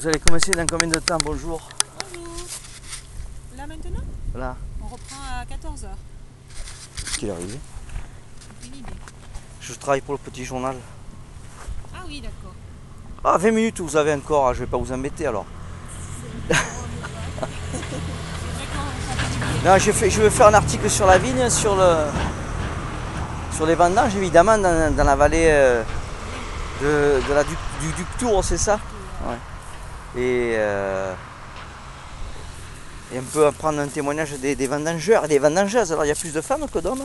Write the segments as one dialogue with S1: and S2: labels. S1: Vous allez commencer dans combien de temps Bonjour.
S2: Bonjour. Là maintenant,
S1: Voilà.
S2: on reprend à 14h.
S1: Quelle heure il est
S2: Une idée.
S1: Je travaille pour le petit journal.
S2: Ah oui, d'accord.
S1: Ah, 20 minutes, vous avez encore. Ah, Je vais pas vous embêter alors.
S2: C'est vrai qu'on s'en fait du bien.
S1: Non, j'ai fait- je vais faire un article sur la vigne, sur, le, sur les vendanges, évidemment, dans, dans la vallée euh, de, de la Duc- du Duc Tour, c'est ça Ouais. et, euh, et on peut prendre un témoignage des, des vendangeurs et des vendangeuses. Alors, il y a plus de femmes que d'hommes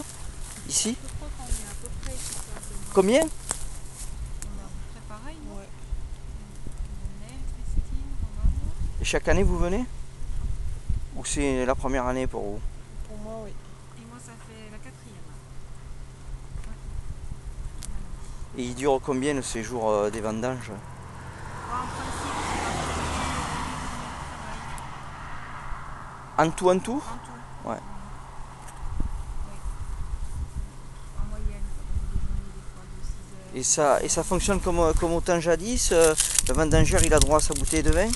S1: ici
S2: Je crois qu'on est à peu près sur ça. c'est-
S1: Combien
S2: On est à peu près pareil, non Lionel, Christine, Romano.
S1: Et Chaque année, vous venez Ou c'est la première année pour vous
S3: Pour moi, oui.
S2: Et moi, ça fait la quatrième.
S1: Et il dure combien le séjour euh, des vendanges
S2: Bon, en principe, c'est la moitié du
S1: En tout, en tout
S2: travail, en tout.
S1: Ouais.
S2: Oui. En moyenne, ça peut nous déjeuner des fois de 6 heures.
S1: Et ça, et ça fonctionne comme, euh, comme au temps jadis. euh, le vendangeur, il a droit à sa bouteille de vin.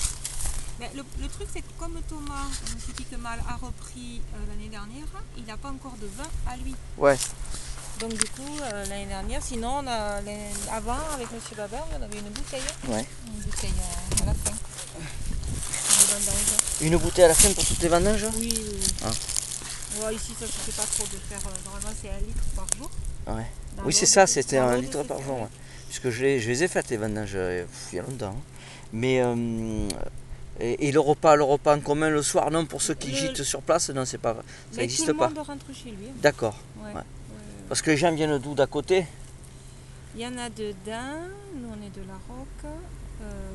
S2: Mais le, le truc, c'est que comme Thomas, M. Piquemal, a repris euh, l'année dernière, il n'a pas encore de vin à lui.
S1: Ouais.
S3: Donc du coup, euh, l'année dernière, sinon, on a, l'année- avant, avec M. Babin, on avait une bouteille.
S1: Ouais.
S3: Une bouteille euh, à la fin. Une vendange.
S1: Une bouteille à la fin pour toutes les vendanges
S3: Oui, oui, oui.
S1: Ah.
S3: Ouais, ici, ça ne se fait pas trop de faire. euh, normalement, c'est un litre par jour.
S1: Ouais.
S3: Dans
S1: Oui, c'est
S3: l'eau,
S1: ça,
S3: des-
S1: c'était
S3: dans
S1: un
S3: l'eau,
S1: litre
S3: des-
S1: par jour. ouais. Puisque je les, je les ai faites, les vendanges, euh, pff, il y a longtemps. Mais. euh, et, et le repas, le repas en commun le soir, non, pour ceux qui
S3: Le-
S1: gîtent sur place, non, c'est pas. Ça
S3: Euh, Mais tout
S1: n'existe
S3: le
S1: pas.
S3: monde rentre chez lui. hein.
S1: D'accord.
S3: Ouais.
S1: Ouais.
S3: Euh,
S1: Parce que les gens viennent d'où D'à côté
S3: Il y en a de Dain, nous on est de la Roque. euh,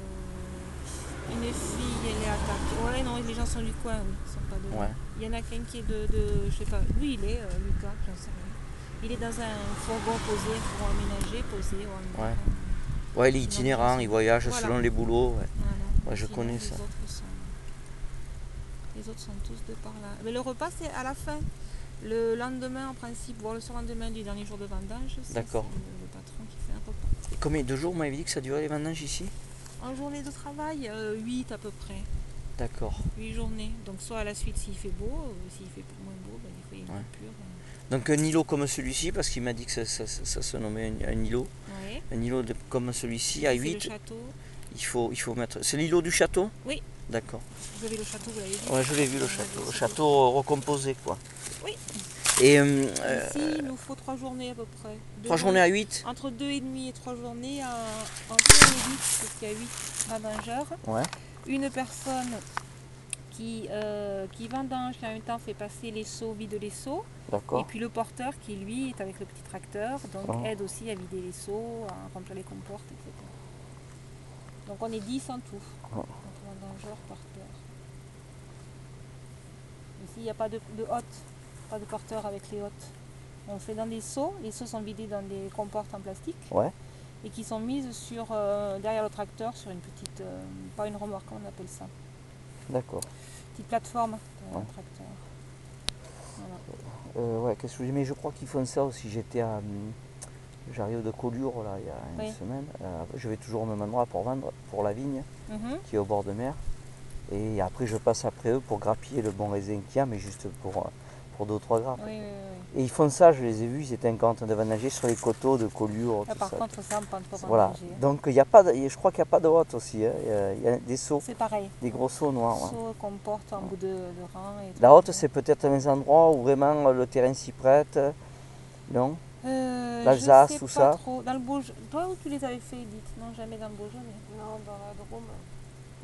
S3: une fille, elle est à Tartu. Ouais, non, les gens sont du coin, oui, ils sont pas de.
S1: Ouais.
S3: Il y en a qu'un qui est de, de- Je sais pas, lui il est, euh, Lucas, j'en sais rien. Il est dans un fourgon posé, un fourgon aménagé, posé. on-
S1: Ouais.
S3: on-
S1: Ouais, il est itinérant, il voyage
S3: Voilà.
S1: selon les boulots. ouais.
S3: voilà.
S1: Ouais, je
S3: Sinon,
S1: connais
S3: les
S1: ça.
S3: autres sont- Les autres sont tous de par là. Mais le repas c'est à la fin. Le lendemain, en principe, voire le surlendemain du dernier jour de vendange, ça, c'est le,
S1: D'accord.
S3: le patron qui fait un repas.
S1: Et combien de jours vous m'avez dit que ça durait les vendanges ici
S3: En journée de travail, 8 à peu près.
S1: D'accord.
S3: 8 journées. Donc soit à la suite s'il fait beau, euh, s'il fait moins beau, ben, des fois il y a une
S1: Ouais.
S3: coupure, euh.
S1: Donc un îlot comme celui-ci, parce qu'il m'a dit que ça, ça- ça- ça se nommait un, un îlot.
S3: euh, Ouais.
S1: Un îlot de- comme celui-ci, à
S3: C'est Le
S1: 8,
S3: château.
S1: il faut, il faut mettre... C'est l'îlot du château
S3: Oui.
S1: D'accord.
S3: Vous avez le château, vous l'avez vu
S1: Ouais, je l'ai vu le château. Le château euh, recomposé, quoi.
S3: Oui.
S1: Et euh, euh,
S3: Ici, il nous faut 3 journées à peu près. Deux Ah.
S1: trois journées à 8
S3: Entre 2,5 et 3 journées à, en et 8, parce qu'il y a 8 vendangeurs.
S1: Ouais.
S3: Une personne qui, euh, qui vendange, qui en même temps fait passer les seaux, vide les seaux. Et
S1: D'accord.
S3: puis le porteur qui lui est avec le petit tracteur, donc
S1: Oh.
S3: aide aussi à vider les seaux, à remplir les comportes, etc. Donc on est 10 en tout,
S1: Oh.
S3: entre vendangeurs, porteur. Ici il n'y a pas de, de hotte, pas de porteur avec les hottes. On fait dans des seaux, les seaux sont vidés dans des comportes en plastique
S1: Ouais.
S3: et qui sont mises sur, euh, derrière le tracteur sur une petite, euh, pas une remorque, comment on appelle ça,
S1: D'accord.
S3: petite plateforme derrière
S1: Ouais.
S3: le tracteur. Voilà.
S1: Euh, ouais, qu'est-ce que je dis Mais je crois qu'ils font ça aussi. J'étais à. hum, J'arrive de Collioure, là, il y a une
S3: Oui.
S1: semaine. Euh, je vais toujours au même endroit pour vendre, pour la vigne.
S3: Mhm.
S1: qui est au bord de mer. Et après, je passe après eux pour grappiller le bon raisin qu'il y a, mais juste pour, euh, pour 2-3 grappes.
S3: Oui, oui, oui.
S1: Et ils font ça, je les ai vus, ils étaient encore en train de nager sur les coteaux de Collioure,
S3: Là,
S1: tout
S3: Ah, par
S1: ça.
S3: contre, ça, on ne parle pas
S1: Voilà.
S3: vendanger, hein.
S1: Donc, il y a pas de- je crois qu'il n'y a pas de hotte aussi. hein. Il y a- il y, a des seaux,
S3: C'est pareil.
S1: des gros seaux noirs. Ah, ouais. Ah.
S3: Seau qu'on porte en bout de, de rang. et
S1: La
S3: tout.
S1: hotte, c'est peut-être les endroits où vraiment euh, le terrain s'y prête. euh, Non
S3: Euh,
S1: l'Alsace,
S3: je sais
S1: tout
S3: pas
S1: ça.
S3: trop. Dans le Beaujolais. Toi, où tu les avais fait, Edith Non, jamais dans le Beaujolais.
S4: Non, dans la Drôme.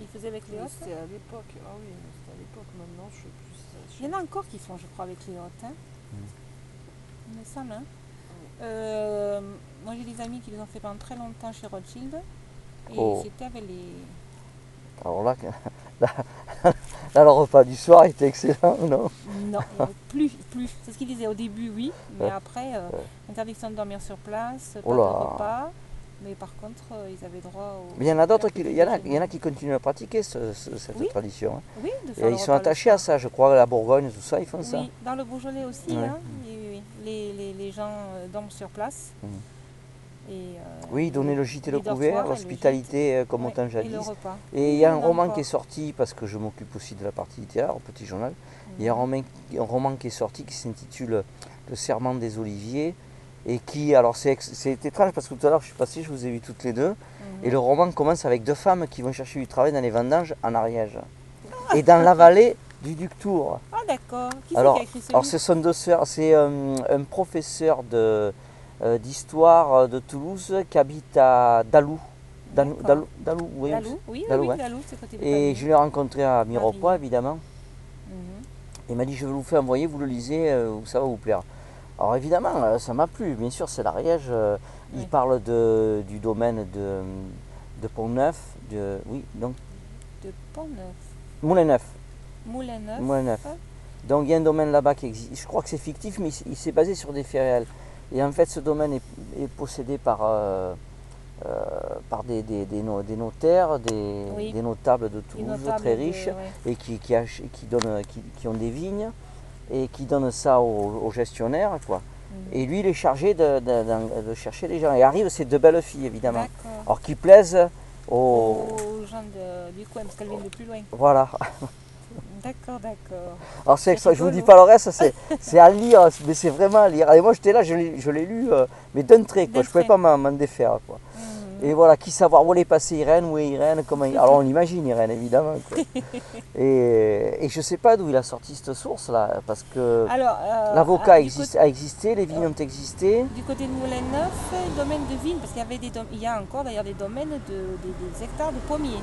S3: Ils faisaient avec les hein.
S4: Mais
S3: hottes.
S4: C'était à l'époque. Ah oui, mais c'était à l'époque. Maintenant, je sais plus. ça, je sais
S3: Il y en a encore qui font, je crois, avec les hottes. Hein.
S1: Mm.
S3: Il me semble. hein. Euh, moi, j'ai des amis qui les ont fait pendant très longtemps chez Rothschild. Et
S1: Oh.
S3: c'était avec les.
S1: Alors là, que- là, là, le repas du soir était excellent, non
S3: Non, il y avait plus, plus. C'est ce qu'ils disaient au début, oui, mais
S1: Ouais.
S3: après, euh,
S1: Ouais.
S3: interdiction de dormir sur place, pas
S1: Oh
S3: de
S1: là.
S3: repas. Mais par contre, euh, ils avaient droit au.
S1: Mais il y en a d'autres qui, il y en a,
S3: déjeuner.
S1: il y en a qui continuent à pratiquer ce- ce- cette
S3: Oui.
S1: tradition. hein.
S3: Oui, de
S1: Et
S3: faire le
S1: ils sont
S3: repas le
S1: attachés à ça, je crois, la Bourgogne, tout ça, ils font ça.
S3: Oui, dans le Beaujolais aussi,
S1: Ouais.
S3: hein, oui, oui, oui. Les, les- les gens euh, dorment sur place.
S1: Mhm.
S3: Et, euh,
S1: Oui, donner le gîte et le
S3: Les dortoirs et
S1: couvert,
S3: le
S1: l'hospitalité, euh, comme
S3: ouais,
S1: on tente
S3: Et le
S1: jadis.
S3: repas.
S1: Et il y a un
S3: Non,
S1: roman
S3: pas.
S1: qui est sorti, parce que je m'occupe aussi de la partie littéraire, au petit journal. Il
S3: Mmh.
S1: y a un roman, un roman qui est sorti qui s'intitule Le serment des oliviers. Et qui, alors c'est ex- c'est étrange parce que tout à l'heure je suis passé, je vous ai vu toutes les deux.
S3: Mmh.
S1: Et le roman commence avec deux femmes qui vont chercher du travail dans les vendanges en Ariège. Et dans la vallée du Ductour.
S3: Ah d'accord. Qui c'est
S1: Alors-
S3: qui a écrit
S1: Alors
S3: celui
S1: ce sont deux sœurs, c'est euh, un professeur de, euh, d'histoire euh, de Toulouse qui habite à Dalou. Dalou,
S3: D'accord.
S1: Dalou, Dalou, oui,
S3: Dalou Oui, ah
S1: Dalou,
S3: oui,
S1: ouais.
S3: Dalou, c'est côté de
S1: Et
S3: Paris.
S1: je l'ai rencontré à Mirepoix,
S3: Paris.
S1: évidemment.
S3: Mhm.
S1: Il m'a dit, je vais vous le faire envoyer, vous le lisez, euh, ça va vous plaire. Alors évidemment, euh, ça m'a plu, bien sûr, c'est l'Ariège. euh,
S3: Ouais.
S1: Il parle de, du domaine de, de Pont-Neuf, de, oui, donc
S3: De Pont-Neuf.
S1: Moulin-Neuf.
S3: Moulin-Neuf.
S1: Moulin-Neuf. Donc il y a un domaine là-bas qui existe. Je crois que c'est fictif, mais il s'est basé sur des faits réels. Et en fait, ce domaine est, est possédé par, euh, euh, par des, des- des no- des notaires, des,
S3: Oui.
S1: des notables de
S3: Les
S1: Toulouse,
S3: notables
S1: très
S3: de-
S1: riches,
S3: ouais.
S1: et qui, qui, ach- qui, donnent, qui, qui ont des vignes et qui donnent ça aux, aux gestionnaires. Quoi.
S3: Mhm.
S1: Et lui, il est chargé de, de- de- de chercher les gens. Et arrivent ces deux belles filles, évidemment.
S3: D'accord.
S1: Alors qui plaisent aux...
S3: Aux gens de- du coin, parce qu'elles viennent de plus loin.
S1: Voilà.
S3: D'accord, d'accord.
S1: Alors c'est
S3: Ah, C'est
S1: extra, je vous dis
S3: rigolo.
S1: pas le reste, c'est, c'est à lire, mais c'est vraiment à lire. Et moi j'étais là, je l'ai, je l'ai lu, euh, mais d'un trait, quoi.
S3: D'un
S1: je pouvais
S3: trait.
S1: pas m'en, m'en défaire. Quoi.
S3: Mhm.
S1: Et voilà, qui savoir où elle est passée Irène, où est Irène, comment... Alors on l'imagine Irène, évidemment. quoi. Et, et je sais pas d'où il a sorti cette source là, parce que
S3: Alors, euh,
S1: l'avocat
S3: ah, du euh,
S1: existe, a existé, les vignes ont existé.
S3: côté- Du côté de Moulin-Neuf, euh, domaine de vigne, parce qu'il y avait des dom- il y a encore d'ailleurs des domaines de des, des hectares de pommiers.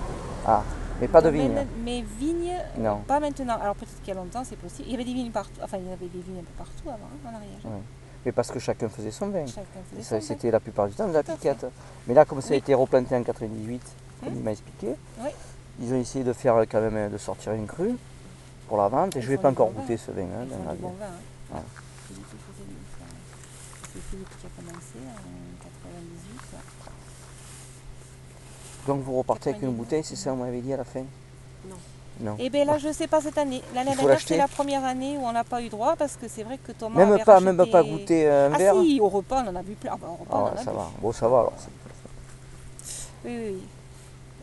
S1: Mais pas de
S3: Domaine-
S1: vignes.
S3: Mais vignes, euh,
S1: Non.
S3: pas maintenant. Alors peut-être qu'il y a longtemps, c'est possible. Il y avait des vignes partout. Enfin, il y avait des vignes un peu partout avant, hein, en arrière.
S1: Ouais. Mais parce que chacun faisait son vin.
S3: Chacun faisait
S1: Et
S3: son
S1: ça,
S3: bain.
S1: c'était la plupart du temps de la
S3: Tout à
S1: piquette. Mais là, comme ça a
S3: Oui.
S1: été replanté en 98, comme
S3: Hmm.
S1: il m'a expliqué,
S3: Oui.
S1: ils ont essayé de faire euh, quand même euh, de sortir une crue pour la vente. Et
S3: Ils
S1: je ne l'ai
S3: font
S1: pas
S3: du
S1: encore
S3: bon vin.
S1: goûté ce vin. hein,
S3: Ils
S1: dans
S3: font
S1: la
S3: du bon
S1: vie.
S3: vin. hein.
S1: Ouais.
S3: Philippe, il faisait mieux, ça, ouais. C'est Philippe qui a commencé euh, en 98.
S1: Donc vous repartez avec une
S3: Quatre-vingt-dix.
S1: bouteille, c'est ça qu'on m'avait dit à la fin
S4: Non.
S1: Non.
S3: Et bien Eh ben là, je ne sais pas cette année. L'année
S1: Il faut
S3: dernière,
S1: l'acheter.
S3: c'est la première année où on n'a pas eu droit parce que c'est vrai que Thomas.
S1: Même
S3: avait
S1: pas, même
S3: racheté-
S1: pas goûter euh, un
S3: Ah
S1: verre
S3: si, au repas, on en a bu plein. Ah ben, au repas,
S1: Ah
S3: on
S1: ouais,
S3: en a
S1: ça
S3: bu.
S1: va. Bon, ça va alors. c'est-
S3: Oui, oui, oui.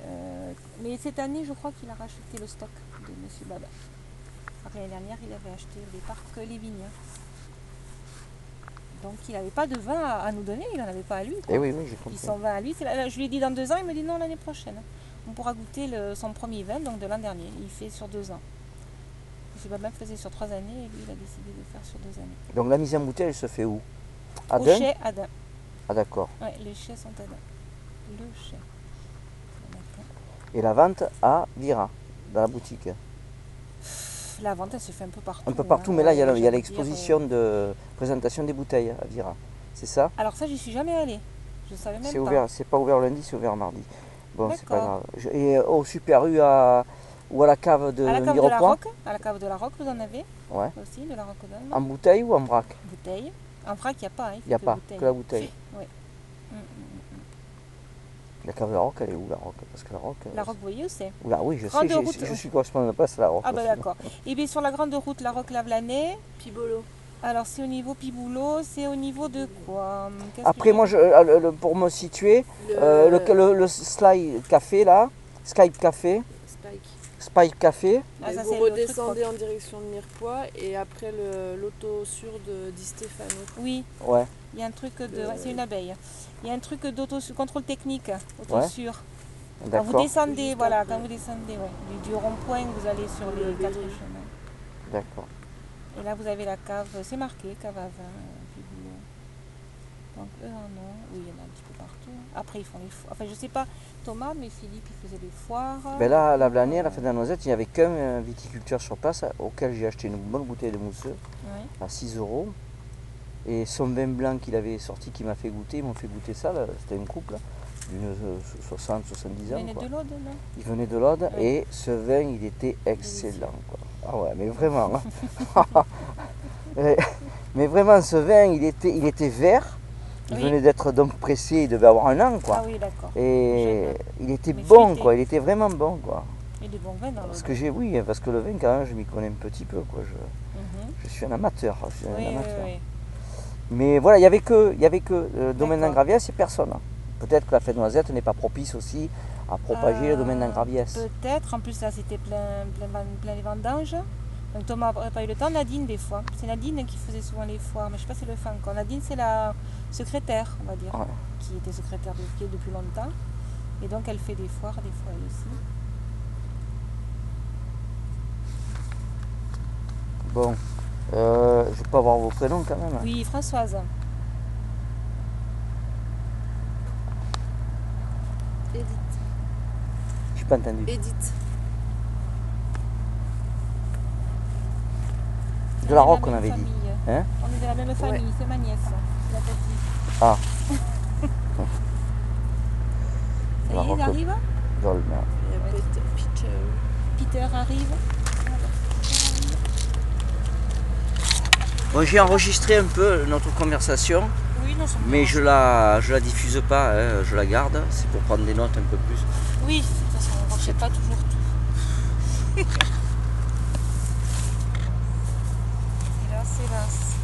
S3: Euh, mais cette année, je crois qu'il a racheté le stock de Monsieur Baba. Alors que L'année dernière, il avait acheté au départ que les vignes. Donc il n'avait pas de vin à, à nous donner, il n'en avait pas à lui. quoi.
S1: Eh oui, oui, j'ai
S3: Il
S1: compris.
S3: s'en va à lui. c'est là- là, je lui ai dit dans deux ans, il me dit non l'année prochaine. On pourra goûter le- son premier vin, donc de l'an dernier. Il fait sur deux ans. Monsieur Babin faisait sur trois années et lui, il a décidé de faire sur deux années.
S1: Donc la mise en bouteille, elle se fait où À
S3: Au
S1: Dain
S3: chai, à Dain.
S1: Ah d'accord.
S3: Ouais, les chais sont à Dain. Le chai. Il y en a plein.
S1: Et la vente à Vira, dans la boutique.
S3: Pff, La vente, elle se fait un peu partout.
S1: Un peu
S3: hein.
S1: partout, mais là, il y a
S3: Ouais,
S1: le- il y a
S3: j'allais dire,
S1: l'exposition de présentation des bouteilles à Vira. C'est ça
S3: euh, Alors ça, j'y suis jamais allée. Je savais même
S1: C'est
S3: pas.
S1: ouvert, c'est pas ouvert lundi, c'est ouvert mardi. Bon, c'est pas
S3: D'accord.
S1: grave. Je- et euh, au Super U à, ou à la cave de
S3: à la cave de la
S1: euh, Mirepoix,
S3: Roque, à la cave de la Roque, vous en avez
S1: Ouais.
S3: aussi, de la Roque d'Anne.
S1: en bouteille ou en braque
S3: Bouteille. En frac, il n'y a pas. hein,
S1: Il n'y a
S3: que
S1: pas
S3: bouteille.
S1: que la bouteille.
S3: Oui. Mm, mm,
S1: La cave de la Roque, elle est où la Roque Parce que la Roque. euh,
S3: La Roque, vous voyez où
S1: c'est-
S3: c'est
S1: Oula, oui, je
S3: Grande
S1: sais, j'ai-
S3: route.
S1: je suis correspondant de passe à la Roque.
S3: Ah bah
S1: aussi.
S3: d'accord. Et bien sur la grande route, la roque Lavelanet,
S4: Pibolo.
S3: alors c'est au niveau Piboulot, c'est au niveau de quoi hum, qu'est-ce
S1: Après,
S3: que-
S1: moi, je- euh, le- le- pour me situer, euh, le, le, le Sly Café là, Skype Café,
S4: Spike.
S1: Spike Café,
S3: Ah,
S4: Mais
S3: ça,
S4: vous
S3: c'est le truc,
S4: redescendez en direction de Mirepoix et après le- l'auto sur de Di Stefano.
S3: Oui,
S1: ouais.
S3: il y a un truc de...
S4: Le-
S3: ouais, c'est une abeille. Il y a un truc d'auto contrôle technique, auto
S1: Ouais,
S3: sûr. Quand vous
S1: D'accord,
S3: descendez,
S4: Juste
S3: voilà,
S4: après.
S3: quand vous descendez, ouais, du, du rond-point, vous allez sur
S4: Le
S3: les quatre
S4: Berry.
S3: chemins.
S1: d'accord.
S3: Et là, vous avez la cave, c'est marqué, cave à vin, euh, Piboulot. Donc eux en ont, oui, il y en a un petit peu partout. Après, ils font les foires. Enfin, je sais pas, Thomas, mais Philippe, il faisait les foires.
S1: Ben là, la l'année, à la fin de la noisette, il n'y avait qu'un euh, viticulteur sur place auquel j'ai acheté une bonne bouteille de mousseux.
S3: Ouais.
S1: à 6 euros. Et son vin blanc qu'il avait sorti, qui m'a fait goûter, ils m'ont fait goûter ça, là, c'était un couple, d'une euh, so- 60, 70
S3: Vous
S1: ans.
S3: venez
S1: Quoi.
S3: de l'Aude, non
S1: Il venait de l'Aude
S3: Ouais.
S1: et ce vin, il était excellent. Quoi. Ah ouais, mais vraiment. hein. Euh, mais vraiment, ce vin, il était, il était vert. Il
S3: Oui.
S1: venait d'être donc pressé, il devait avoir un an.
S3: Ah
S1: Quoi.
S3: oui, d'accord.
S1: Et
S3: Jeune.
S1: il était
S3: Mais
S1: bon,
S3: fruité.
S1: quoi. il était vraiment bon. Quoi.
S3: Et du bon vin dans
S1: Parce
S3: l'autre.
S1: que j'ai, oui, parce que le vin, quand même, je m'y connais un petit peu. Quoi. Je,
S3: Mhm.
S1: je suis un amateur. je suis un
S3: Oui, oui,
S1: amateur.
S3: oui.
S1: Mais voilà, il n'y avait que, il y avait que le domaine
S3: D'accord.
S1: d'Ingraviès et personne. Peut-être que la fête noisette n'est pas propice aussi à propager le domaine
S3: Euh,
S1: d'Ingraviès.
S3: Peut-être, en plus là c'était plein, plein, van- plein les vendanges. Donc Thomas n'aurait pas eu le temps, Nadine des fois. C'est Nadine qui faisait souvent les foires, mais je sais pas si elle le fait encore. Nadine c'est la secrétaire, on va dire,
S1: Ouais.
S3: qui était secrétaire de pied depuis longtemps. Et donc elle fait des foires des fois elle aussi.
S1: Bon, euh, je peux avoir vos prénoms quand même. hein.
S3: Oui, Françoise.
S4: Edith.
S1: J'ai pas entendu.
S4: Edith.
S3: On
S1: De la
S3: est
S1: roque, on
S3: même
S1: avait dit.
S3: famille.
S1: Hein
S3: On est de la même famille, c'est ma nièce, la petite.
S1: Ah.
S3: Ça y
S1: La
S3: est,
S1: roque.
S3: il arrive
S1: Dans le-
S4: Et Peter. Peter.
S3: Peter arrive.
S1: Bon, j'ai enregistré un peu notre conversation,
S3: Oui, non, c'est-
S1: mais je la, je la diffuse pas, hein, je la garde. C'est pour prendre des notes un peu plus.
S3: Oui, de toute façon, on ne sait pas toujours tout. Et là, c'est la